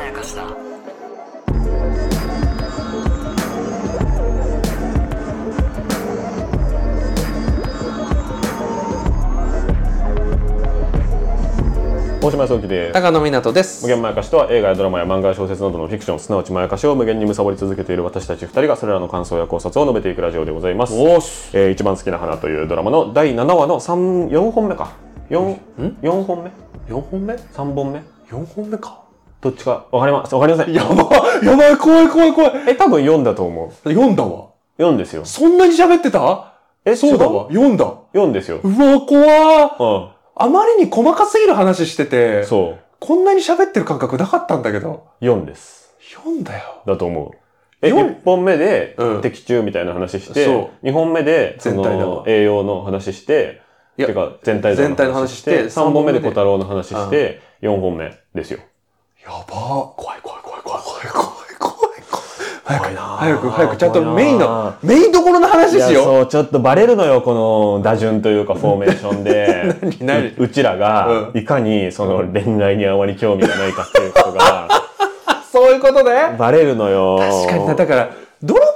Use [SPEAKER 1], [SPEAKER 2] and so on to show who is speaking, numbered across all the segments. [SPEAKER 1] やかしだ
[SPEAKER 2] 大島康之です
[SPEAKER 3] 高野湊です
[SPEAKER 2] 無限まやかしとは映画やドラマや漫画や小説などのフィクションすなわちまやかしを無限に貪り続けている私たち2人がそれらの感想や考察を述べていくラジオでございます、
[SPEAKER 3] おーし
[SPEAKER 2] えー一番好きな花というドラマの第7話の三4本目か 4, 四本目
[SPEAKER 3] 4本目
[SPEAKER 2] 3本目
[SPEAKER 3] 4本目か
[SPEAKER 2] どっちかわかりますわかりません
[SPEAKER 3] やばやばい怖い怖い怖い
[SPEAKER 2] え多分4だと思
[SPEAKER 3] 4だわ
[SPEAKER 2] う4ですよ
[SPEAKER 3] そんなに喋ってた
[SPEAKER 2] え
[SPEAKER 3] そうだわ4だ
[SPEAKER 2] 4ですよ
[SPEAKER 3] うわ怖ー
[SPEAKER 2] う
[SPEAKER 3] あまりに細かすぎる話してて
[SPEAKER 2] んそ
[SPEAKER 3] こんなに喋ってる感覚なかったんだけど
[SPEAKER 2] う4です
[SPEAKER 3] 4だよ
[SPEAKER 2] だと思う。え、
[SPEAKER 3] 四
[SPEAKER 2] 1本目で
[SPEAKER 3] うん
[SPEAKER 2] 的中みたいな話して、
[SPEAKER 3] そ
[SPEAKER 2] 2本目でそ
[SPEAKER 3] 全体だ
[SPEAKER 2] の
[SPEAKER 3] わ
[SPEAKER 2] 栄養の話して、
[SPEAKER 3] いや
[SPEAKER 2] てか全体
[SPEAKER 3] 全体の話して
[SPEAKER 2] 3本目で小太郎の話して、4本目ですよ。
[SPEAKER 3] やばー怖い怖い怖い怖い怖い怖い怖い早
[SPEAKER 2] 怖
[SPEAKER 3] く
[SPEAKER 2] いなー
[SPEAKER 3] 早く早くちゃんと
[SPEAKER 2] 怖いなー
[SPEAKER 3] メインのメインどころの話ですよ
[SPEAKER 2] そう、ちょっとバレるのよ、この打順というかフォーメーションで。
[SPEAKER 3] 何
[SPEAKER 2] う
[SPEAKER 3] 何
[SPEAKER 2] うちらが、
[SPEAKER 3] う
[SPEAKER 2] いかにその恋愛にあまり興味がないかっていうこと が、
[SPEAKER 3] そういうことね
[SPEAKER 2] バレるのよ。
[SPEAKER 3] 確かになだから、ドラマ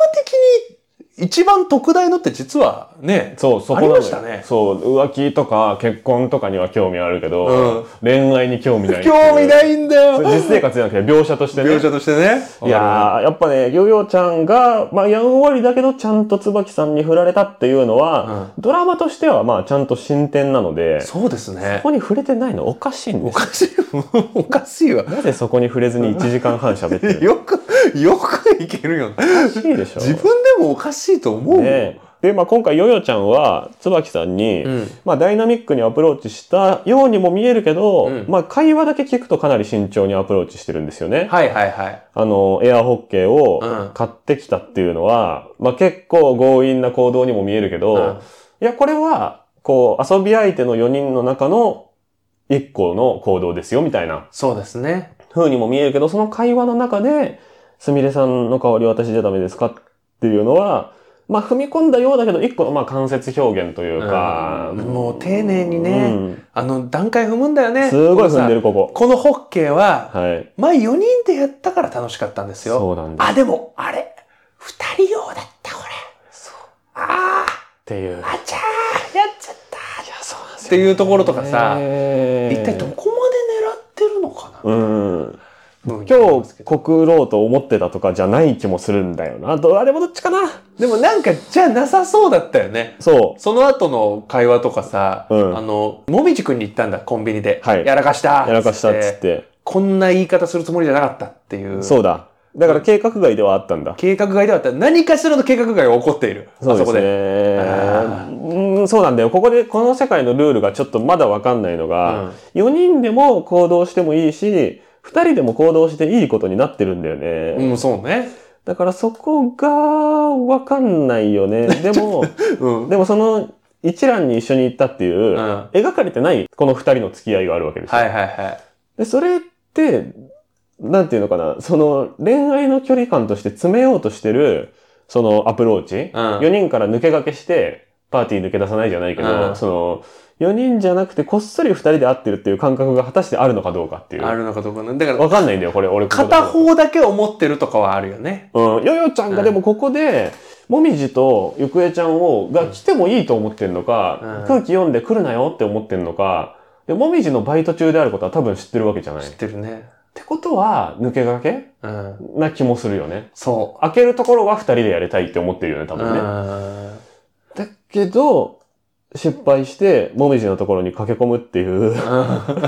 [SPEAKER 3] 的に一番特大のって実はね、
[SPEAKER 2] そう、そこなのよ
[SPEAKER 3] ありましたね
[SPEAKER 2] そう、浮気とか結婚とかには興味あるけど、恋愛に興味ないっていう。
[SPEAKER 3] 興味ないんだ
[SPEAKER 2] そ
[SPEAKER 3] よ。
[SPEAKER 2] れ実生活じゃなくて描写としてね。
[SPEAKER 3] 描写としてね。
[SPEAKER 2] いやー、やっぱね、ヨヨちゃんが、まあ、やんわりだけど、ちゃんと椿さんに振られたっていうのは、ドラマとしては、まあ、ちゃんと進展なので、そ
[SPEAKER 3] そうですね。
[SPEAKER 2] こに触れてないのおかしいんで
[SPEAKER 3] お
[SPEAKER 2] すよ。
[SPEAKER 3] かしい、 おかしいわ。
[SPEAKER 2] なぜそこに触れずに1時 間半喋ってるの
[SPEAKER 3] よく、よくいけるよね。
[SPEAKER 2] おかしいでしょ。
[SPEAKER 3] 自分でもおかしいと思うもん。
[SPEAKER 2] ねで、まあ、今回ヨヨちゃんは椿さんに、
[SPEAKER 3] うん
[SPEAKER 2] まあ、ダイナミックにアプローチしたようにも見えるけど、
[SPEAKER 3] うん
[SPEAKER 2] まあ、会話だけ聞くとかなり慎重にアプローチしてるんですよね。
[SPEAKER 3] はいはいはい。
[SPEAKER 2] あのエアホッケー
[SPEAKER 3] うん
[SPEAKER 2] を買ってきたっていうのは、まあ、結構強引な行動にも見えるけど、
[SPEAKER 3] うん
[SPEAKER 2] いやこれはこう遊び相手の4人の中の1個の行動ですよみたいな
[SPEAKER 3] そうですね。
[SPEAKER 2] 風にも見えるけど、その会話の中で、すみれさんの香り私じゃダメですかっていうのは、まあ踏み込んだようだけど、一個のまあ間接表現というか、
[SPEAKER 3] うんもう丁寧にねあの、段階踏むんだよ
[SPEAKER 2] うん
[SPEAKER 3] ね。
[SPEAKER 2] すごい踏んで
[SPEAKER 3] る。
[SPEAKER 2] る、ここ。
[SPEAKER 3] このホッケーは、
[SPEAKER 2] はい。
[SPEAKER 3] 前4人でやったから楽しかったんですよ。
[SPEAKER 2] そうなんです。っ
[SPEAKER 3] あ、でも、あれ、二人用だった、これ。そう。あ
[SPEAKER 2] ていう。
[SPEAKER 3] あ、あちゃー、やっちゃった。っていうところとかさ、
[SPEAKER 2] 一
[SPEAKER 3] 一体どこまで狙ってるのかな、
[SPEAKER 2] うん。
[SPEAKER 3] うん
[SPEAKER 2] 今日、告ろうと思ってたとかじゃない気もするんだよな。どあれもどっちかな。
[SPEAKER 3] でもなんか、じゃなさそうだったよね。
[SPEAKER 2] そ
[SPEAKER 3] その後の会話とかさ、
[SPEAKER 2] うん
[SPEAKER 3] あの、もみじくんに行ったんだ、コンビニで。
[SPEAKER 2] はい
[SPEAKER 3] やらかした
[SPEAKER 2] う。やらかしたっつっ。
[SPEAKER 3] て
[SPEAKER 2] て。
[SPEAKER 3] こんな言い方するつもりじゃなかったっていう。
[SPEAKER 2] そうだ。だから計画外ではあったんだ。
[SPEAKER 3] 計画外ではあった。何かしらの計画外が起こっている。
[SPEAKER 2] そう
[SPEAKER 3] あ
[SPEAKER 2] で
[SPEAKER 3] そ
[SPEAKER 2] す
[SPEAKER 3] こ
[SPEAKER 2] ね
[SPEAKER 3] で。。あ
[SPEAKER 2] うん、そうなんだよ。ここで、この世界のルールがちょっとまだわかんないの
[SPEAKER 3] う
[SPEAKER 2] が
[SPEAKER 3] ん、
[SPEAKER 2] 4人でも行動してもいいし、2人でも行動していいことになってるんだよ
[SPEAKER 3] う
[SPEAKER 2] ね。
[SPEAKER 3] ん、そうね。
[SPEAKER 2] だからそこがわかんないよ ね。でも、
[SPEAKER 3] うん。
[SPEAKER 2] でもその一覧に一緒に行ったっていう、
[SPEAKER 3] うん
[SPEAKER 2] 描かれてないこの2人の付き合いがあるわけですよ。
[SPEAKER 3] はいはいはい。
[SPEAKER 2] で、それって、なんていうのかな、その恋愛の距離感として詰めようとしてる、そのアプローチ、4人から抜け駆けして、パーティー抜け出さないじゃないけど、
[SPEAKER 3] うん
[SPEAKER 2] その、4人じゃなくてこっそり2人で会ってるっていう感覚が果たしてあるのかどうかっていう。
[SPEAKER 3] あるのかどうかな。だから、
[SPEAKER 2] わかんないんだよ、これ、俺。ここだ
[SPEAKER 3] 片
[SPEAKER 2] と
[SPEAKER 3] 方だけ思ってるとかはあるよね。
[SPEAKER 2] うん、ヨヨちゃんがでもここで、もみじとゆくえちゃんを、が来てもいいと思ってんのか、
[SPEAKER 3] うん
[SPEAKER 2] 空気読んで来るなよって思ってんのか、で、もみじのバイト中であることは多分知ってるわけじゃない。
[SPEAKER 3] 知
[SPEAKER 2] っ
[SPEAKER 3] ってるね。
[SPEAKER 2] てことは、抜け駆け
[SPEAKER 3] うん。
[SPEAKER 2] な気もするよね。
[SPEAKER 3] そ
[SPEAKER 2] 開けるところは二人でやりたいって思ってるよね、多
[SPEAKER 3] う。
[SPEAKER 2] 分ね。
[SPEAKER 3] うん
[SPEAKER 2] だけど、失敗して、もみじのところに駆け込むっていう。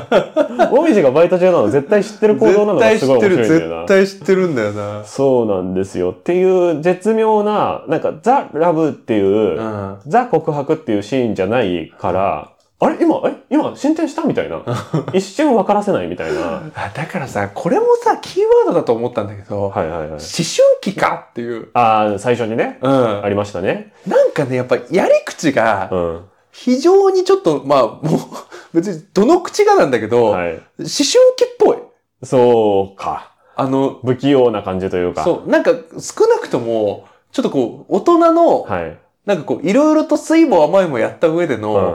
[SPEAKER 2] もみじがバイト中なの絶対知ってる行動なのがすごい面白いんだよな。
[SPEAKER 3] 対知ってるんだよな。
[SPEAKER 2] そうなんですよ。っていう絶妙な、なんかザ・ラブっていう、
[SPEAKER 3] うん。
[SPEAKER 2] ザ・告白っていうシーンじゃないから、あれ今、え今、進展したみたいな。一瞬分からせないみたいな。は
[SPEAKER 3] あだからさ、これもさ、キーワードだと思ったんだけど、思
[SPEAKER 2] いはいはい。
[SPEAKER 3] 春期かっていう。
[SPEAKER 2] ああ、最初にね、
[SPEAKER 3] うん。
[SPEAKER 2] ありましたね。
[SPEAKER 3] なんかね、やっぱやり口が、
[SPEAKER 2] うん。
[SPEAKER 3] 非常にちょっと、まあ、もう、 別にどの口がなんだけど、思
[SPEAKER 2] はい。
[SPEAKER 3] 春期っぽい。
[SPEAKER 2] そうか。
[SPEAKER 3] あの、
[SPEAKER 2] 不器用な感じというか。
[SPEAKER 3] そう、なんか少なくとも、ちょっとこう、大人の、
[SPEAKER 2] はい。
[SPEAKER 3] なんかこう、いろいろと酸いも甘いもやった上での、
[SPEAKER 2] うん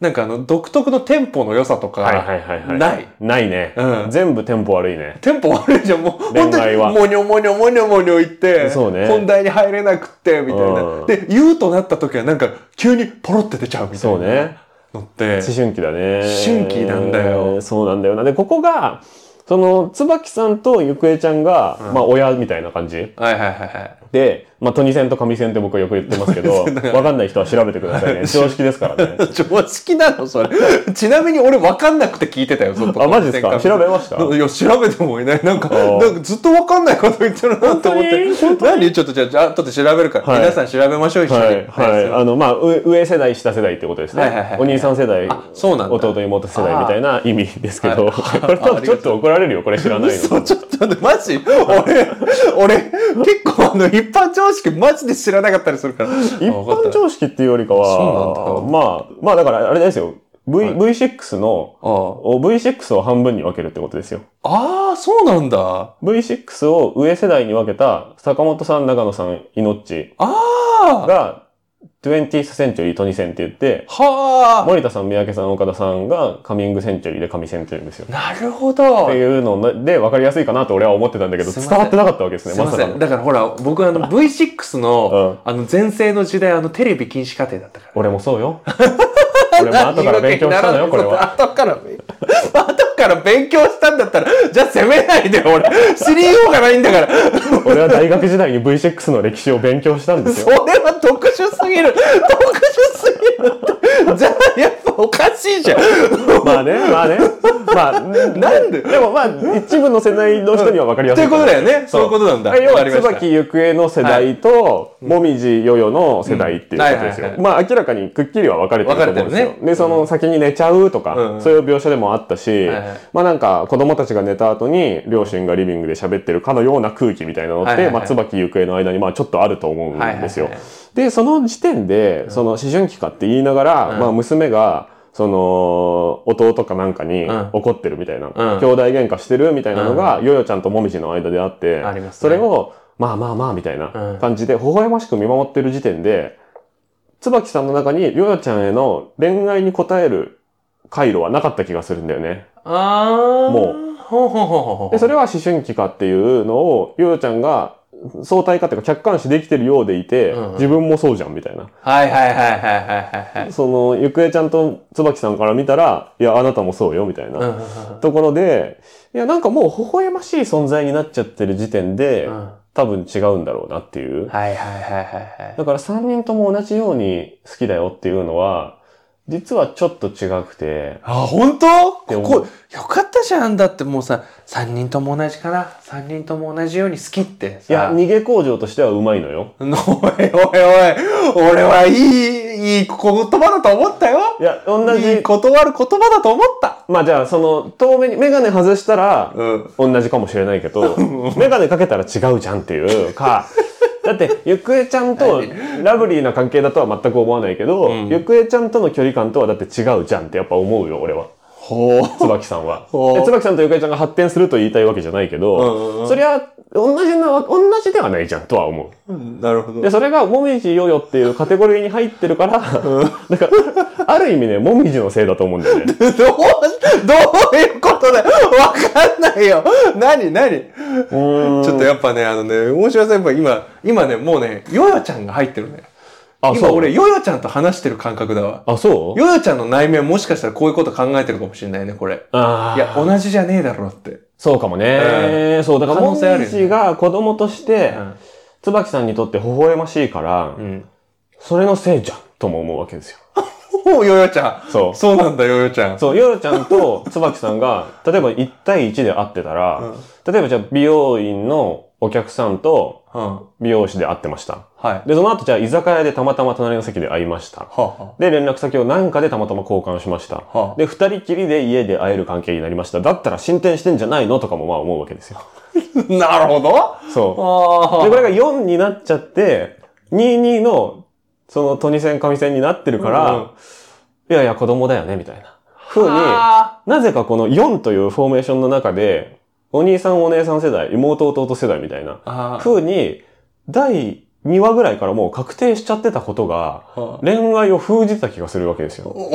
[SPEAKER 3] なんかあの、独特のテンポの良さとか、
[SPEAKER 2] はいはいはいはい。
[SPEAKER 3] ない。
[SPEAKER 2] ないね。
[SPEAKER 3] うん
[SPEAKER 2] 全部テンポ悪いね。
[SPEAKER 3] テンポ悪いじゃん、もう、本当
[SPEAKER 2] 恋愛
[SPEAKER 3] に、
[SPEAKER 2] は
[SPEAKER 3] もにょもにょもにょもにょ言って、
[SPEAKER 2] そうね
[SPEAKER 3] 本題に入れなくって、みたい
[SPEAKER 2] うん
[SPEAKER 3] な。で、言うとなった時はなんか、急にポロって出ちゃうみたい
[SPEAKER 2] そ
[SPEAKER 3] な。
[SPEAKER 2] うね。
[SPEAKER 3] のって、
[SPEAKER 2] 思春期だね。
[SPEAKER 3] 思春期なんだよ
[SPEAKER 2] そうなんだよな。で、ここが、その、椿さんとゆくえちゃんが、まあ、親みたいな感じ。
[SPEAKER 3] はいはいはいはい。
[SPEAKER 2] で、まあ、トニセンとカミセンって僕はよく言ってますけ ど、わかんない人は調べてくださいね。常識ですからね。
[SPEAKER 3] 常識なのそれ。ちなみに俺分かんなくて聞いてたよ、ずっと。
[SPEAKER 2] あマジですか調べました
[SPEAKER 3] いや、調べてもいない。なんか、
[SPEAKER 2] ー
[SPEAKER 3] なんかずっと分かんないこと言ってるなって思って
[SPEAKER 2] 本当に本。
[SPEAKER 3] 何ちょっとじゃあじゃあ、後で調べるから。
[SPEAKER 2] はい
[SPEAKER 3] 皆さん調べましょう、一緒に。
[SPEAKER 2] はい、はい、
[SPEAKER 3] そう
[SPEAKER 2] あの、まあ、上上世代、下世代ってことですね。
[SPEAKER 3] はいはいはい
[SPEAKER 2] お兄さん世代
[SPEAKER 3] あ、そうなんだ
[SPEAKER 2] 弟妹世代みたいな意味ですけど、
[SPEAKER 3] あ
[SPEAKER 2] これ多分ちょっと怒られるよ、これ知らない
[SPEAKER 3] 嘘
[SPEAKER 2] の。
[SPEAKER 3] ちょっと待って、マジ俺、俺、結構あの、一般常識マジで知らなかったりするから。
[SPEAKER 2] 一般常識っていうよりか
[SPEAKER 3] そう
[SPEAKER 2] は、
[SPEAKER 3] なん
[SPEAKER 2] まあ、まあだからあれですよ、v V6 の、
[SPEAKER 3] あ
[SPEAKER 2] お V6 を半分に分けるってことですよ。
[SPEAKER 3] あー、そうなんだ。あ
[SPEAKER 2] V6 を上世代に分けた坂本さん、長野さん、イノッチ
[SPEAKER 3] あー、
[SPEAKER 2] が、20th century トニセンって言って、
[SPEAKER 3] は
[SPEAKER 2] 森田さん、三宅さん、岡田さんがカミングセンチュリーでカミセンって言うんですよ
[SPEAKER 3] あ。。なるほど。
[SPEAKER 2] っていうので分かりやすいかなと俺は思ってたんだけど、
[SPEAKER 3] すい
[SPEAKER 2] 伝
[SPEAKER 3] ません
[SPEAKER 2] わってなかったわけですね、
[SPEAKER 3] すい
[SPEAKER 2] ま
[SPEAKER 3] ま
[SPEAKER 2] さ
[SPEAKER 3] せ
[SPEAKER 2] か
[SPEAKER 3] ん。
[SPEAKER 2] の。
[SPEAKER 3] だからほら、僕あの V6 の、あの前世の時代、あのテレビ禁止家庭だったから。
[SPEAKER 2] 俺もそう よ。俺も後から勉強したのよ、これは。
[SPEAKER 3] 後から勉強、後から勉強したんだったら、じゃあ責めないでよ、俺。知りようがないんだから。
[SPEAKER 2] 俺は大学時代に V6 の歴史を勉強したんです
[SPEAKER 3] そ
[SPEAKER 2] よ。
[SPEAKER 3] れは特殊すぎる。特殊すぎるって。じゃあやっぱおかしいじゃん。
[SPEAKER 2] まあね、まあね。まあ、
[SPEAKER 3] なんで
[SPEAKER 2] でもまあ、一部の世代の人には分かりや
[SPEAKER 3] と
[SPEAKER 2] す
[SPEAKER 3] い
[SPEAKER 2] い。
[SPEAKER 3] うことだよね。そういうことなんだ。
[SPEAKER 2] 要
[SPEAKER 3] わか
[SPEAKER 2] は、
[SPEAKER 3] りました
[SPEAKER 2] 椿ゆくえの世代と、もみじよよの世代っていうことです
[SPEAKER 3] うんはいはいは
[SPEAKER 2] よ。まあ、明らかにくっきりは分かれてると思うんです
[SPEAKER 3] 分かれ
[SPEAKER 2] よ
[SPEAKER 3] て。
[SPEAKER 2] で、その先に寝ちゃうと
[SPEAKER 3] うんうん
[SPEAKER 2] か、そういう描写でもあったし
[SPEAKER 3] はいはい、
[SPEAKER 2] まあなんか、子供たちが寝た後に、両親がリビングで喋ってるかのような空気みたいなのっ
[SPEAKER 3] はいはい
[SPEAKER 2] て、
[SPEAKER 3] はい
[SPEAKER 2] まあ、椿ゆくえの間に、まあ、ちょっとあると思うんですよ
[SPEAKER 3] はいはいはい。
[SPEAKER 2] で、その時点で、その思春期かって言いながら、まあ、娘が、その、弟かなんかに
[SPEAKER 3] うん
[SPEAKER 2] 怒ってるみたいな、
[SPEAKER 3] ん
[SPEAKER 2] 兄弟喧嘩してるみたいなのが、よよちゃんともみじの間であって、
[SPEAKER 3] ありますね
[SPEAKER 2] それを、まあまあまあみたい
[SPEAKER 3] うん
[SPEAKER 2] な感じで、微笑ましく見守ってる時点で、椿さんの中に、りょうやちゃんへの恋愛に応える回路はなかった気がするんだよね。
[SPEAKER 3] あー。
[SPEAKER 2] も
[SPEAKER 3] う。ほうほうほうほうほ
[SPEAKER 2] で、
[SPEAKER 3] う。
[SPEAKER 2] それは思春期かっていうのを、りょうやちゃんが相対化っていうか客観視できてるようでいて
[SPEAKER 3] うんうん、
[SPEAKER 2] 自分もそうじゃんみたいな。
[SPEAKER 3] はいはいはいはいはいはい。
[SPEAKER 2] その、ゆくえちゃんと椿さんから見たら、いや、あなたもそうよみたいな。
[SPEAKER 3] うんうんうん
[SPEAKER 2] ところで、いや、なんかもう微笑ましい存在になっちゃってる時点で、
[SPEAKER 3] うん。
[SPEAKER 2] 多分違うんだろうなっていう。
[SPEAKER 3] はいはいはいはいはい。
[SPEAKER 2] だから3人とも同じように好きだよっていうのは、実はちょっと違くて、
[SPEAKER 3] あ、本当
[SPEAKER 2] て
[SPEAKER 3] こ
[SPEAKER 2] 思う
[SPEAKER 3] こ、よかったじゃん。だってもうさ、三人とも同じかな。三人とも同じように好きって
[SPEAKER 2] いや、
[SPEAKER 3] さ。
[SPEAKER 2] 逃げ工場としてはうまいのよ。
[SPEAKER 3] おいおいおい、俺はいい、いい言葉だと思ったよ。
[SPEAKER 2] いや、同
[SPEAKER 3] いい
[SPEAKER 2] じ、
[SPEAKER 3] 断る言葉だと思った。
[SPEAKER 2] まあじゃあその、遠目に、メガネ外したら、
[SPEAKER 3] うん。
[SPEAKER 2] 同じかもしれないけど、メガネかけたら違うじゃんっていうか、だって、ゆくえちゃんとラブリーな関係だとは全く思わないけど、
[SPEAKER 3] ん
[SPEAKER 2] ゆくえちゃんとの距離感とはだって違うじゃんってやっぱ思うよ、俺は。
[SPEAKER 3] ほう。
[SPEAKER 2] 椿さんは。
[SPEAKER 3] ほう
[SPEAKER 2] で椿さんとゆかりちゃんが発展すると言いたいわけじゃないけ
[SPEAKER 3] うんうんう
[SPEAKER 2] ど、
[SPEAKER 3] ん
[SPEAKER 2] そりゃ、同じなわ、同じではないじゃんとは思
[SPEAKER 3] なるほ
[SPEAKER 2] う。で、
[SPEAKER 3] ど。
[SPEAKER 2] それが、もみじよよっていうカテゴリーに入ってるから、だから、ある意味ね、もみじのせいだと思うんだ よね。
[SPEAKER 3] どう、どういうことだよ。わかんないよ。何、何。ちょっとやっぱね、あのね、大島先輩、今、今ね、もうね、ヨヨちゃんが入ってるね。
[SPEAKER 2] あ
[SPEAKER 3] 今
[SPEAKER 2] そう
[SPEAKER 3] 俺、ヨヨちゃんと話してる感覚だわ。
[SPEAKER 2] あ、そう
[SPEAKER 3] ヨヨちゃんの内面もしかしたらこういうこと考えてるかもしれないね、これ。
[SPEAKER 2] あ
[SPEAKER 3] い
[SPEAKER 2] あ、
[SPEAKER 3] や、同じじゃねえだろうって。
[SPEAKER 2] そうかもね。そう、だから、
[SPEAKER 3] 可
[SPEAKER 2] も
[SPEAKER 3] 能性ある
[SPEAKER 2] み
[SPEAKER 3] よね
[SPEAKER 2] じが子供として
[SPEAKER 3] ん、
[SPEAKER 2] 椿さんにとって微笑ましいから
[SPEAKER 3] う、ん。
[SPEAKER 2] それのせいじゃん、とも思うわけですよ。
[SPEAKER 3] おうヨヨちゃん。
[SPEAKER 2] そう
[SPEAKER 3] そうなんだ、ヨヨちゃん。
[SPEAKER 2] そう、ヨロちゃんと椿さん が、例えば1対1で会ってたら、例えばじゃあ美容院のお客さんと
[SPEAKER 3] うん。はい。
[SPEAKER 2] 美容師で会ってました。
[SPEAKER 3] は
[SPEAKER 2] で、その後じゃあ居酒屋でたまたま隣の席で会いました。
[SPEAKER 3] あは
[SPEAKER 2] で、連絡先を何かでたまたま交換しました
[SPEAKER 3] はあ。
[SPEAKER 2] で、二人きりで家で会える関係になりました。だったら進展してんじゃないのとかもまあ思うわけですよ。
[SPEAKER 3] あ なるほど。
[SPEAKER 2] そ
[SPEAKER 3] あ
[SPEAKER 2] う。
[SPEAKER 3] あ。
[SPEAKER 2] で、これが4になっちゃって、22の、その、トニセン、カミセンになってるから、
[SPEAKER 3] うんうん
[SPEAKER 2] いやいや、子供だよね、みたいな。ふうに、
[SPEAKER 3] あ
[SPEAKER 2] なぜかこの4というフォーメーションの中で、お兄さんお姉さん世代、妹弟世代みたいな
[SPEAKER 3] ーあー。
[SPEAKER 2] 風に、第2話ぐらいからもう確定しちゃってたことが、
[SPEAKER 3] は
[SPEAKER 2] 恋愛を封じてた気がするわけですよ。
[SPEAKER 3] お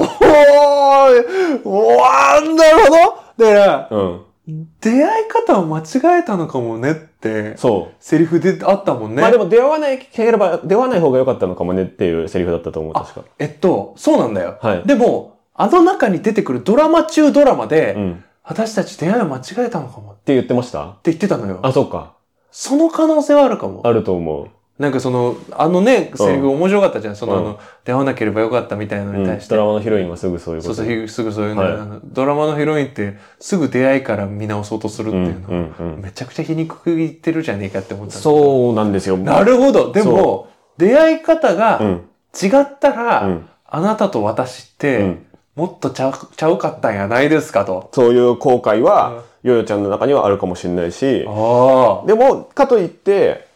[SPEAKER 3] ーいおわーなるほどだから、
[SPEAKER 2] うん。
[SPEAKER 3] 出会い方を間違えたのかもねって、
[SPEAKER 2] そう。
[SPEAKER 3] セリフであったもんね。
[SPEAKER 2] まあでも出会わないければ、出会わない方が良かったのかもねっていうセリフだったと思う、確か。
[SPEAKER 3] えっと、そうなんだよ。
[SPEAKER 2] はい
[SPEAKER 3] でも、あの中に出てくるドラマ中ドラマで、
[SPEAKER 2] うん。って
[SPEAKER 3] 私たち出会いを間違えたのかもって
[SPEAKER 2] 言ってました
[SPEAKER 3] 言ってたのよ。
[SPEAKER 2] あ、そっか。
[SPEAKER 3] その可能性はあるかも。
[SPEAKER 2] あると思う。
[SPEAKER 3] なんかその、あのね、セリフ面白かったじゃん。その、
[SPEAKER 2] うん
[SPEAKER 3] あの、出会わなければよかったみたいなの
[SPEAKER 2] うん
[SPEAKER 3] に対し
[SPEAKER 2] ド
[SPEAKER 3] て。
[SPEAKER 2] ラマのヒロインはすぐそういうこ
[SPEAKER 3] そう
[SPEAKER 2] と。
[SPEAKER 3] そう、ひすぐそういうの、
[SPEAKER 2] はい
[SPEAKER 3] あのドラマのヒロインって、すぐ出会いから見直そうとするって
[SPEAKER 2] うん
[SPEAKER 3] いうの。
[SPEAKER 2] うんうん
[SPEAKER 3] めちゃくちゃ皮肉く言ってるじゃねえかって思ったんだけど。
[SPEAKER 2] そうなんですよ。
[SPEAKER 3] なるほど。でも
[SPEAKER 2] そ、
[SPEAKER 3] 出会い方
[SPEAKER 2] う
[SPEAKER 3] が
[SPEAKER 2] ん。
[SPEAKER 3] 違ったら、
[SPEAKER 2] うん。
[SPEAKER 3] あなたと私って、
[SPEAKER 2] うん
[SPEAKER 3] もっとちゃうちゃうかったんやないですかと。
[SPEAKER 2] そういう後悔は、ヨヨちゃんの中にはあるかもしれないし、
[SPEAKER 3] あ
[SPEAKER 2] でも、かといって、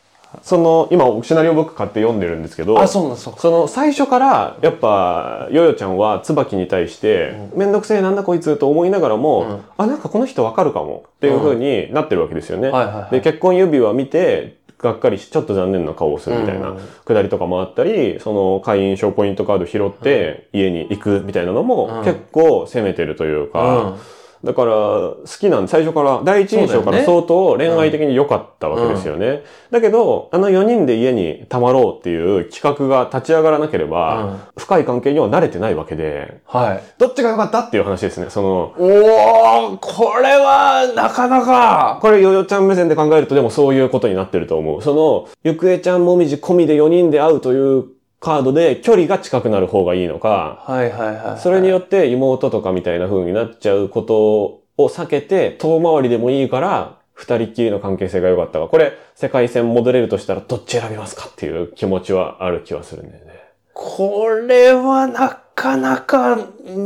[SPEAKER 2] その、今、シナリオ僕買って読んでるんですけど、
[SPEAKER 3] あ。あ、そうなんそうか。
[SPEAKER 2] その最初からやっぱヨヨちゃんは椿に対して「面倒くせえなんだこいつ」と思いながらも「
[SPEAKER 3] うん
[SPEAKER 2] あなんかこの人わかるかも」っていう風になってるわけですよね。
[SPEAKER 3] はいはいはい
[SPEAKER 2] で結婚指輪見てがっかりしちょっと残念な顔をするみたいな
[SPEAKER 3] うん
[SPEAKER 2] くだりとかもあったりその会員証ポイントカード拾って家に行くみたいなの
[SPEAKER 3] う
[SPEAKER 2] も
[SPEAKER 3] ん
[SPEAKER 2] 結構攻めてるという
[SPEAKER 3] うん
[SPEAKER 2] か、だから好きなん最初から第一印象から
[SPEAKER 3] そ
[SPEAKER 2] 相当恋愛的に良かったわけですよね。だけどあの4人で家にたまろうっていう企画が立ち上がらなければ、
[SPEAKER 3] うん
[SPEAKER 2] 深い関係には慣れてないわけで
[SPEAKER 3] はい。
[SPEAKER 2] どっちが良かったっていう話ですね。その
[SPEAKER 3] おー、これは、なかなか。
[SPEAKER 2] これヨヨちゃん目線で考えるとでもそういうことになってると思う。そのゆくえちゃんもみじ込みで4人で会うというカードで距離が近くなる方がいいのか
[SPEAKER 3] はいはいはい。
[SPEAKER 2] それに
[SPEAKER 3] よ
[SPEAKER 2] よって妹とかみたいな風になっちゃうことを避けて、遠回りでもいいから、二人っきりの関係性が良かったが、これ、世界線戻れるとしたらどっち選びますかっていう気持ちはある気はするんだよね。
[SPEAKER 3] これは、なかなか、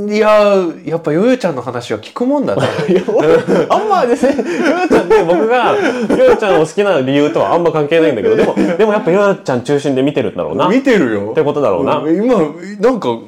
[SPEAKER 3] いや、やっぱ、ヨヨちゃんの話は聞くもんだね。
[SPEAKER 2] いや、俺あんまですね、ヨヨちゃんね、僕が、ヨヨちゃんを好きな理由とはあんま関係ないんだけど、で も、でもやっぱヨヨちゃん中心で見てるんだろうな。っ
[SPEAKER 3] 見てるよ。
[SPEAKER 2] てことだろうな。
[SPEAKER 3] うん今、なんか、何も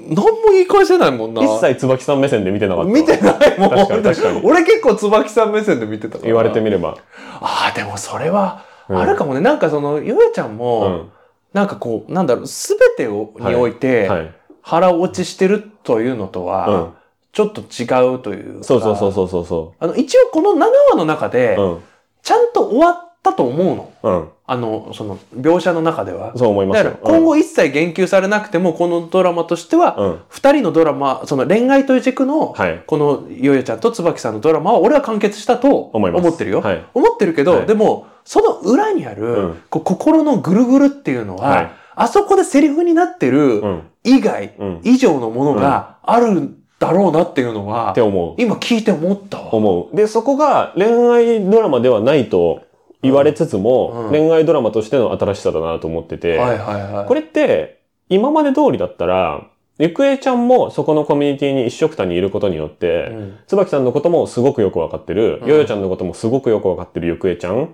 [SPEAKER 3] 言い返せないもんな。
[SPEAKER 2] 一切椿さん目線で見てなかった。
[SPEAKER 3] 見てないもん。
[SPEAKER 2] 確かに確かに
[SPEAKER 3] 俺結構、椿さん目線で見てたから。
[SPEAKER 2] 言われてみれば。
[SPEAKER 3] ああ、でもそれは、
[SPEAKER 2] うん
[SPEAKER 3] あるかもね。なんかその、ヨヨちゃん
[SPEAKER 2] う
[SPEAKER 3] も、
[SPEAKER 2] ん。
[SPEAKER 3] なんかこう、なんだろう、すべてを、
[SPEAKER 2] はい
[SPEAKER 3] において、
[SPEAKER 2] はい。
[SPEAKER 3] 腹落ちしてるというのとは、
[SPEAKER 2] うん
[SPEAKER 3] ちょっと違うというか。
[SPEAKER 2] そうそうそうそうそうそ
[SPEAKER 3] あの、一応この7話の中で、
[SPEAKER 2] う。うん。
[SPEAKER 3] ちゃんと終わったと思うの。
[SPEAKER 2] うん。
[SPEAKER 3] あの、その、描写の中では。
[SPEAKER 2] そう思いま
[SPEAKER 3] だ
[SPEAKER 2] す
[SPEAKER 3] から
[SPEAKER 2] よ。
[SPEAKER 3] 今後一切言及されなくても、このドラマとして
[SPEAKER 2] う
[SPEAKER 3] は、
[SPEAKER 2] ん、うん。
[SPEAKER 3] 二人のドラマ、その恋愛という軸の、
[SPEAKER 2] はい。
[SPEAKER 3] このヨヨちゃんと椿さんのドラマは俺は完結したと
[SPEAKER 2] 思います
[SPEAKER 3] 思ってるよ。
[SPEAKER 2] はい
[SPEAKER 3] 思ってるけど、
[SPEAKER 2] はい
[SPEAKER 3] でもその裏にある、
[SPEAKER 2] うん
[SPEAKER 3] こう心のぐるぐるっていうのは、
[SPEAKER 2] はい
[SPEAKER 3] あそこでセリフになって
[SPEAKER 2] う
[SPEAKER 3] る
[SPEAKER 2] ん。
[SPEAKER 3] 以外、
[SPEAKER 2] うん。
[SPEAKER 3] 以上のものがあるんだろうなっていうのは、
[SPEAKER 2] って思う。
[SPEAKER 3] 今聞いて思ったわ。
[SPEAKER 2] 思う。で、そこが恋愛ドラマではないと言われつつ
[SPEAKER 3] う
[SPEAKER 2] も、
[SPEAKER 3] ん
[SPEAKER 2] 恋愛ドラマとしての新しさだなと思ってて、
[SPEAKER 3] はいはいはい。
[SPEAKER 2] これって、今まで通りだったら、ゆくえちゃんもそこのコミュニティに一緒くたにいることによって、
[SPEAKER 3] うん
[SPEAKER 2] 椿さんのこともすごくよくわかってる、
[SPEAKER 3] うん
[SPEAKER 2] ヨヨちゃんのこともすごくよくわかってるゆくえちゃん、
[SPEAKER 3] うん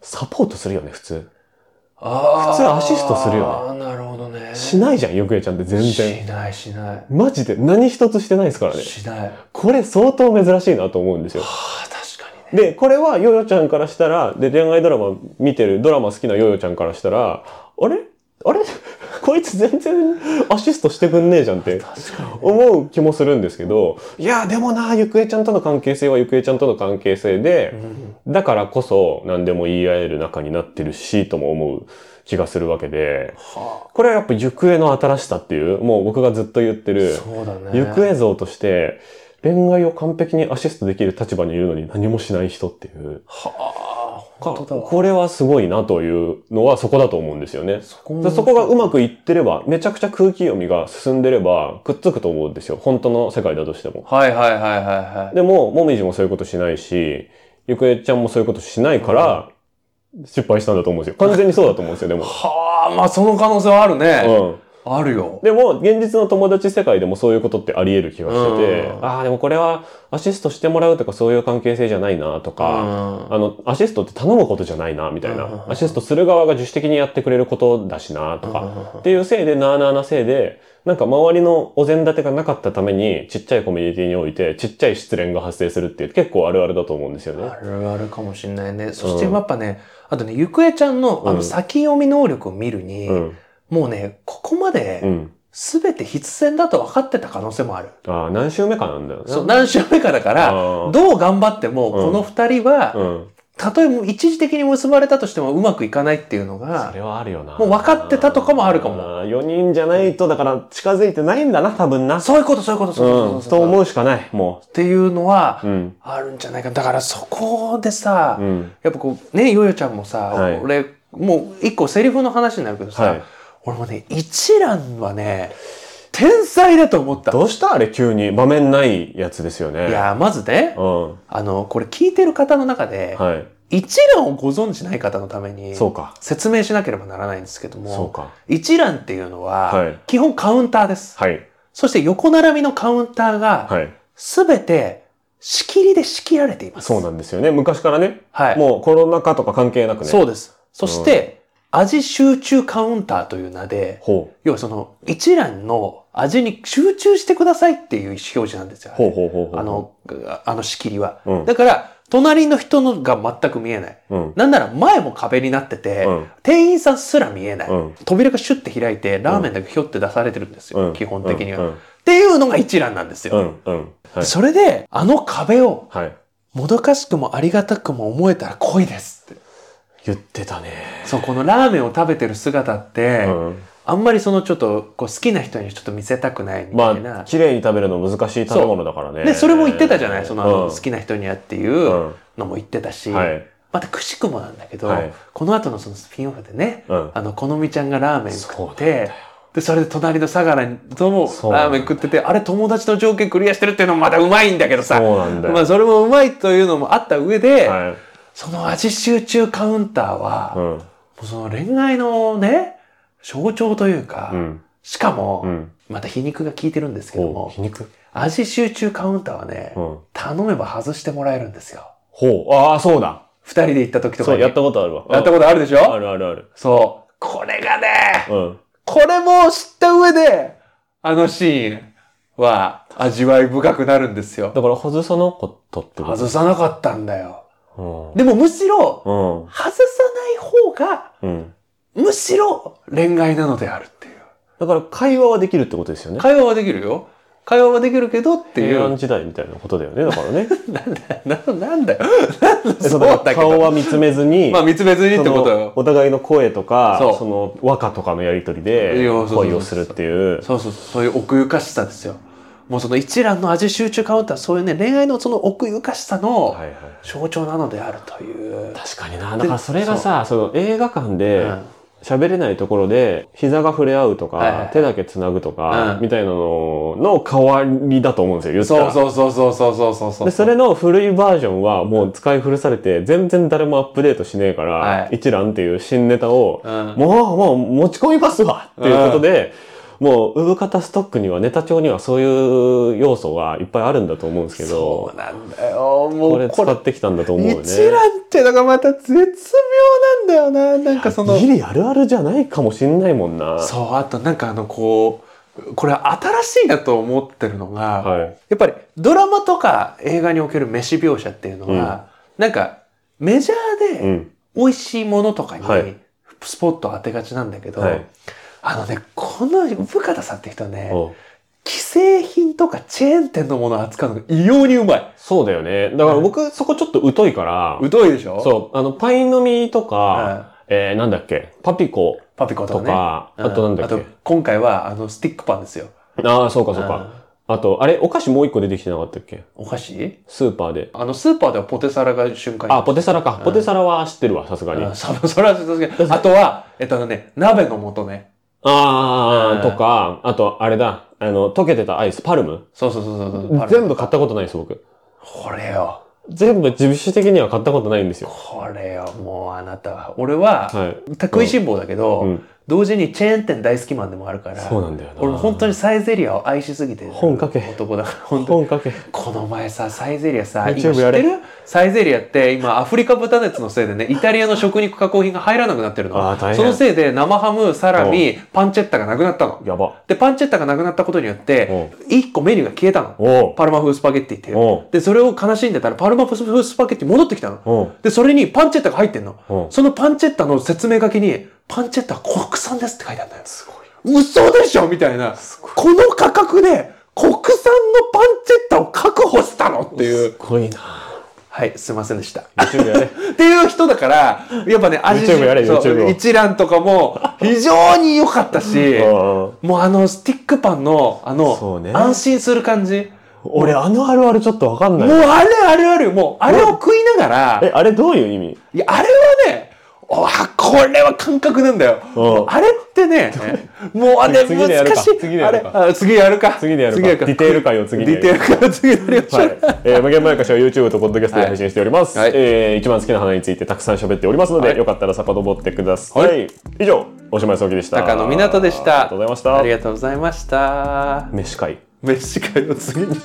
[SPEAKER 2] サポートするよね、普通。
[SPEAKER 3] あー
[SPEAKER 2] 普通アシストするよ
[SPEAKER 3] なるほどね。
[SPEAKER 2] しないじゃん、ゆくえちゃんって全然。
[SPEAKER 3] しないしない。
[SPEAKER 2] マジで何一つしてないですからね。
[SPEAKER 3] しない。あ
[SPEAKER 2] これ相当珍しいなと思うんですよ。
[SPEAKER 3] あ、確かにね。
[SPEAKER 2] で、これはヨヨちゃんからしたら、で、恋愛ドラマ見てる、ドラマ好きなヨヨちゃんからしたら、あれあれ こいつ全然アシストしてくんねえじゃんって
[SPEAKER 3] 確かに。
[SPEAKER 2] 思う気もするんですけど、いや、でもな、ゆくえちゃんとの関係性はゆくえちゃんとの関係性で、だからこそ何でも言い合える仲になってるし、とも思う気がするわけで、
[SPEAKER 3] は
[SPEAKER 2] これはやっぱゆくえの新しさっていう、もう僕がずっと言って
[SPEAKER 3] あ、
[SPEAKER 2] る、
[SPEAKER 3] そうだね。
[SPEAKER 2] 行方像として、恋愛を完璧にアシストできる立場にいるのに何もしない人っていう。
[SPEAKER 3] はあ、本当だわ。
[SPEAKER 2] これはすごいなというのはそこだと思うんですよね。
[SPEAKER 3] そこ
[SPEAKER 2] でそこがうまくいってれば、めちゃくちゃ空気読みが進んでれば、くっつくと思うんですよ。本当の世界だとしても。
[SPEAKER 3] はいはいはいはいはい。
[SPEAKER 2] でも、もみじもそういうことしないし、ゆくえちゃんもそういうことしないから、
[SPEAKER 3] 。
[SPEAKER 2] 失敗したんだと思うんですよ。完全にそうだと思うんですよ、でも
[SPEAKER 3] はあ、まあその可能性はあるね。
[SPEAKER 2] うん。
[SPEAKER 3] あるよ。
[SPEAKER 2] でも、現実の友達世界でもそういうことってあり得る気がしてて、
[SPEAKER 3] うん
[SPEAKER 2] ああ、でもこれはアシストしてもらうとかそういう関係性じゃないなとか、あの、アシストって頼むことじゃないな、みたい
[SPEAKER 3] うんうん
[SPEAKER 2] な
[SPEAKER 3] う。ん
[SPEAKER 2] アシストする側が自主的にやってくれることだしな、とか。
[SPEAKER 3] か
[SPEAKER 2] っていうせいで、なあなあなせいで、なんか周りのお膳立てがなかったために、ちっちゃいコミュニティにおいて、ちっちゃい失恋が発生するっていう、結構あるあるだと思うんですよね
[SPEAKER 3] あ。るあるかもしれないね。そしてやっぱね、あとね、ゆくえちゃんのあ
[SPEAKER 2] うん
[SPEAKER 3] の先読み能力を見るに、
[SPEAKER 2] うん。
[SPEAKER 3] もうね、ここま
[SPEAKER 2] う
[SPEAKER 3] で
[SPEAKER 2] ん。
[SPEAKER 3] 全て必然だと分かってた可能性もある。
[SPEAKER 2] ああ、何週目かなんだよね。
[SPEAKER 3] そう、何週目かだから、
[SPEAKER 2] あ
[SPEAKER 3] どう頑張って
[SPEAKER 2] う
[SPEAKER 3] も、
[SPEAKER 2] ん
[SPEAKER 3] この二人は、
[SPEAKER 2] ーうん。
[SPEAKER 3] たとえもう一時的に結ばれたとしてもうまくいかないっていうの
[SPEAKER 2] そ
[SPEAKER 3] が、
[SPEAKER 2] れはあるよな。
[SPEAKER 3] もう分かってたとかもあるかも
[SPEAKER 2] あー。4人じゃないと、だから近づいてないんだな、多分な。。
[SPEAKER 3] そういうこと、そういうこと、そういううんこと、
[SPEAKER 2] と
[SPEAKER 3] そういうこと
[SPEAKER 2] 思うしかない、も
[SPEAKER 3] っていうのは
[SPEAKER 2] う。、うん。
[SPEAKER 3] あるんじゃないかな。だからそこでさ、
[SPEAKER 2] うん。
[SPEAKER 3] やっぱこう、ね、ヨヨちゃんもさ、
[SPEAKER 2] はい
[SPEAKER 3] 俺、もう一個セリフの話になるけどさ、
[SPEAKER 2] はい。
[SPEAKER 3] 俺もね、一蘭はね、天才だと思った。
[SPEAKER 2] どうしたあれ急に。場面ないやつですよね。
[SPEAKER 3] い。や、まずね、
[SPEAKER 2] うん。
[SPEAKER 3] あの、これ聞いてる方の中で、
[SPEAKER 2] は
[SPEAKER 3] 一蘭をご存知ない方のため
[SPEAKER 2] い。
[SPEAKER 3] に、
[SPEAKER 2] そうか。
[SPEAKER 3] 説明しなければならないんですけど
[SPEAKER 2] そう
[SPEAKER 3] も、
[SPEAKER 2] か。
[SPEAKER 3] 一蘭っていうのは、
[SPEAKER 2] はい
[SPEAKER 3] 基本カウンターです。
[SPEAKER 2] はい。
[SPEAKER 3] そして横並びのカウンターが、
[SPEAKER 2] はい。
[SPEAKER 3] すべて仕切りで仕切られています。
[SPEAKER 2] そうなんですよね。昔からね。
[SPEAKER 3] はい。
[SPEAKER 2] もうコロナ禍とか関係なくね。う。
[SPEAKER 3] そうです。そして、味集中カウンターという名で、
[SPEAKER 2] ほ
[SPEAKER 3] 要はその一覧の味に集中してくださいっていう意思表示なんですよ
[SPEAKER 2] う。。ほうほうほうほう。
[SPEAKER 3] あ、の、あの仕切りは。
[SPEAKER 2] うん。
[SPEAKER 3] だから、隣の人のが全く見えない。
[SPEAKER 2] うん。
[SPEAKER 3] なんなら前も壁になってて、
[SPEAKER 2] うん。
[SPEAKER 3] 店員さんすら見えない。
[SPEAKER 2] うん
[SPEAKER 3] 扉がシュッて開いて、ラーメンだけひょって出されてるんですよ。
[SPEAKER 2] うん。
[SPEAKER 3] 基本的には、
[SPEAKER 2] う
[SPEAKER 3] っ
[SPEAKER 2] ん。
[SPEAKER 3] ていうのが一覧なんです
[SPEAKER 2] う
[SPEAKER 3] よ、
[SPEAKER 2] ん。うん。はい。
[SPEAKER 3] それで、あの壁を、
[SPEAKER 2] はい。
[SPEAKER 3] もどかしくもありがたくも思えたら恋ですって。
[SPEAKER 2] 言ってたね。
[SPEAKER 3] そう、このラーメンを食べてる姿って、
[SPEAKER 2] うん。
[SPEAKER 3] あんまりそのちょっと、こう好きな人にちょっと見せたくないみたいな。
[SPEAKER 2] まあ、綺麗に食べるの難しい食べ物だからね。
[SPEAKER 3] で、それも言ってたじゃないその、あの
[SPEAKER 2] うん。
[SPEAKER 3] 好きな人にはっていううんのも言ってたし、
[SPEAKER 2] はい。
[SPEAKER 3] またくしくもなんだけど、
[SPEAKER 2] はい
[SPEAKER 3] この後のそのスピンオフでね、
[SPEAKER 2] うん。
[SPEAKER 3] あの、このみちゃんがラーメン食
[SPEAKER 2] そうな
[SPEAKER 3] っ
[SPEAKER 2] んだ
[SPEAKER 3] て、で、それで隣の相良とも
[SPEAKER 2] そうな
[SPEAKER 3] ラー
[SPEAKER 2] んだ
[SPEAKER 3] メン食ってて、あれ友達の条件クリアしてるっていうのもまたうまいんだけどさ、
[SPEAKER 2] そうなんだよ。
[SPEAKER 3] まあそれもうまいというのもあった上で、
[SPEAKER 2] はい。
[SPEAKER 3] その味集中カウンターは、
[SPEAKER 2] う
[SPEAKER 3] も
[SPEAKER 2] ん。
[SPEAKER 3] うその恋愛のね、象徴というか、
[SPEAKER 2] うん。
[SPEAKER 3] しかも、
[SPEAKER 2] うん。
[SPEAKER 3] また皮肉が効いてるんですけど
[SPEAKER 2] ほう。
[SPEAKER 3] も、
[SPEAKER 2] 皮肉
[SPEAKER 3] 味集中カウンターはね、
[SPEAKER 2] うん。
[SPEAKER 3] 頼めば外してもらえるんですよ。
[SPEAKER 2] ほう。ああ、そうだ。
[SPEAKER 3] 二人で行った時とか
[SPEAKER 2] そう、
[SPEAKER 3] に。
[SPEAKER 2] やったことあるわ。
[SPEAKER 3] やった
[SPEAKER 2] こ
[SPEAKER 3] ことあるでし
[SPEAKER 2] あ
[SPEAKER 3] ょ
[SPEAKER 2] るあるある。
[SPEAKER 3] そう。これがね、
[SPEAKER 2] うん。
[SPEAKER 3] これも知った上で、あのシーンは味わい深くなるんですよ。
[SPEAKER 2] だから、外さなかったってこと
[SPEAKER 3] 外さなかったんだよ。
[SPEAKER 2] うん。
[SPEAKER 3] でもむし
[SPEAKER 2] う
[SPEAKER 3] ろ、
[SPEAKER 2] ん。
[SPEAKER 3] 外さない方が、
[SPEAKER 2] うん。
[SPEAKER 3] むしろ恋愛なのであるっていう。
[SPEAKER 2] だから、会話はできるってことですよね。
[SPEAKER 3] 会話はできるよ。会話はできるけどってい
[SPEAKER 2] 平安
[SPEAKER 3] う。
[SPEAKER 2] 時代みたいなことだよね。だから ね。
[SPEAKER 3] な、なんだよ。
[SPEAKER 2] え
[SPEAKER 3] そう
[SPEAKER 2] だ
[SPEAKER 3] だ
[SPEAKER 2] から
[SPEAKER 3] け
[SPEAKER 2] 顔
[SPEAKER 3] ど。
[SPEAKER 2] は見つめずに、
[SPEAKER 3] まあ、三つ別に
[SPEAKER 2] そ
[SPEAKER 3] ってことよ
[SPEAKER 2] の。お互いの声とか、
[SPEAKER 3] そう
[SPEAKER 2] その和歌とかのやりとり
[SPEAKER 3] い
[SPEAKER 2] で
[SPEAKER 3] やそうそうそう
[SPEAKER 2] 恋をするっていう。
[SPEAKER 3] そうそうそう、そういう奥ゆかしさですよ。もうその一蘭の味集中カウンター、そういうね、恋愛のその奥ゆかしさの
[SPEAKER 2] はいはい。
[SPEAKER 3] 象徴なのであるという。
[SPEAKER 2] 確かにな。だからそれがさ、その映画館で
[SPEAKER 3] うん
[SPEAKER 2] 喋れないところで膝が触れ合うと
[SPEAKER 3] はいはいは
[SPEAKER 2] か
[SPEAKER 3] い、
[SPEAKER 2] 手だけ繋ぐとか
[SPEAKER 3] う、ん
[SPEAKER 2] みたいなのの代わりだと思うんですよ、言った
[SPEAKER 3] そう
[SPEAKER 2] ら。
[SPEAKER 3] そうそうそうそうそうそうそう。
[SPEAKER 2] で、それの古いバージョンはもう使い古されて、全然誰もアップデートしねえから、
[SPEAKER 3] はい
[SPEAKER 2] 一覧っていう新ネタを、
[SPEAKER 3] うん
[SPEAKER 2] もう、もう持ち込みますわっていうことで、もう、産方ストックにはネタ帳にはそういう要素がいっぱいあるんだと思うんですけ
[SPEAKER 3] そ
[SPEAKER 2] ど、
[SPEAKER 3] うなんだよ。も
[SPEAKER 2] こ
[SPEAKER 3] う
[SPEAKER 2] れ
[SPEAKER 3] こ
[SPEAKER 2] 使
[SPEAKER 3] れ、
[SPEAKER 2] ってきたんだと思うよね。
[SPEAKER 3] 一蘭ってのがまた絶妙なんだよな。なんかその
[SPEAKER 2] ギ、リあるあるじゃないかもしんないもんな。
[SPEAKER 3] そう、あとなんかあの、こう、これ新しいなと思ってるのが、
[SPEAKER 2] はい。
[SPEAKER 3] やっぱりドラマとか映画における飯描写っていうのは、なんかメジャーで、
[SPEAKER 2] うん。
[SPEAKER 3] 美味しいものとか
[SPEAKER 2] はい
[SPEAKER 3] にスポットを当てがちなんだけど、
[SPEAKER 2] はい
[SPEAKER 3] あのね、この生方さんって人はね、
[SPEAKER 2] お
[SPEAKER 3] 既製品とかチェーン店のものを扱うのが異様にうまい。
[SPEAKER 2] そうだよね。だから僕そこちょっと疎いから、
[SPEAKER 3] 疎いでしょ
[SPEAKER 2] そう、あの、パイの実とか、
[SPEAKER 3] は
[SPEAKER 2] えー、なんだっけ、パピコ
[SPEAKER 3] パピコ
[SPEAKER 2] と
[SPEAKER 3] とかね。
[SPEAKER 2] か、
[SPEAKER 3] うん
[SPEAKER 2] あとなんだっ
[SPEAKER 3] あ
[SPEAKER 2] け
[SPEAKER 3] と、今回はあのスティックパンですよ。
[SPEAKER 2] ああ、そうかそうか。あと、あれ、お菓子もう一個出てきてなかったっけ
[SPEAKER 3] お菓子
[SPEAKER 2] スーパーで。
[SPEAKER 3] あのスーパーではポテサラが瞬間に。
[SPEAKER 2] あ、ポテサラか。ポテサラは知ってるわ、さすがに。
[SPEAKER 3] う
[SPEAKER 2] あ
[SPEAKER 3] んそうそれは確かにあとは、えっとね、鍋の素ね。
[SPEAKER 2] あー、
[SPEAKER 3] うん
[SPEAKER 2] とか、あと、あれだ。あの、溶けてたアイス、パルム。
[SPEAKER 3] そうそうそうそうそう。
[SPEAKER 2] 全部買ったことないです、僕。
[SPEAKER 3] これよ。
[SPEAKER 2] 全部自主的には買ったことないんですよ。
[SPEAKER 3] これよ、もうあなたは。俺は、
[SPEAKER 2] はい。
[SPEAKER 3] 食いしん坊だけど、
[SPEAKER 2] うん
[SPEAKER 3] 同時にチェーン店大好きマンでもあるから、
[SPEAKER 2] そうなんだよな
[SPEAKER 3] 俺も本当にサイゼリアを愛しすぎてる
[SPEAKER 2] 本書け
[SPEAKER 3] 男だから、本当に。
[SPEAKER 2] 本かけ。
[SPEAKER 3] この前さ、サイゼリアさ、今知っ
[SPEAKER 2] YouTube やれ
[SPEAKER 3] てるサイゼリアって今アフリカ豚熱のせいでね、イタリアの食肉加工品が入らなくなってる
[SPEAKER 2] あー
[SPEAKER 3] の。
[SPEAKER 2] 大変
[SPEAKER 3] そのせいで生ハム、サラミ、パンチェッタがなくなったの。
[SPEAKER 2] やば。
[SPEAKER 3] で、パンチェッタがなくなったことによって、一個メニューが消えたの。
[SPEAKER 2] おう。
[SPEAKER 3] パルマ風スパゲッティってい
[SPEAKER 2] おう
[SPEAKER 3] う。で、それを悲しんでたら、パルマ風スパゲッティ戻ってきたの。
[SPEAKER 2] おう。
[SPEAKER 3] で、それにパンチェッタが入ってん
[SPEAKER 2] お
[SPEAKER 3] の
[SPEAKER 2] う。
[SPEAKER 3] そのパンチェッタの説明書きに、パンチェッタは国産ですって書いてあったよ。すごい。嘘でしょみたいな。この価格で、国産のパンチェッタを確保したのっていう。
[SPEAKER 2] すごい な。
[SPEAKER 3] はい、すいませんでした。
[SPEAKER 2] YouTube やれ。
[SPEAKER 3] っていう人だから、やっぱね、味
[SPEAKER 2] YouTube やれ
[SPEAKER 3] そう
[SPEAKER 2] YouTube を
[SPEAKER 3] 一覧とかも非常に良かったし、
[SPEAKER 2] うん
[SPEAKER 3] もうあのスティックパンの、あ
[SPEAKER 2] そう
[SPEAKER 3] の、
[SPEAKER 2] ね
[SPEAKER 3] 安心する感じ。
[SPEAKER 2] 俺、あのあるあるちょっとわかん
[SPEAKER 3] も
[SPEAKER 2] な
[SPEAKER 3] う
[SPEAKER 2] い。
[SPEAKER 3] あれあれあれ、もうあれを食いながら、
[SPEAKER 2] え、あれどういう意味
[SPEAKER 3] いや、あれはね、あ、これは感覚なんだよ。
[SPEAKER 2] うん
[SPEAKER 3] もうあれってね、もうあれ
[SPEAKER 2] 次次でやるか
[SPEAKER 3] 難しい。
[SPEAKER 2] 次でやるか
[SPEAKER 3] あれあ次やるか。
[SPEAKER 2] 次でやるかディテール回を次に
[SPEAKER 3] ディテール会を次にやりましょう。
[SPEAKER 2] はい。えー、無限前歌詞は YouTube と Podcast で配信しております。
[SPEAKER 3] はい
[SPEAKER 2] えー一番好きな花についてたくさん喋っておりますので、
[SPEAKER 3] はい
[SPEAKER 2] よかったら遡ってください。
[SPEAKER 3] は
[SPEAKER 2] 以上、おしまいそうきでした。
[SPEAKER 3] 高野湊でした。
[SPEAKER 2] ありがとうございました
[SPEAKER 3] あり。がとうございました。
[SPEAKER 2] 飯会。
[SPEAKER 3] 飯会を次に。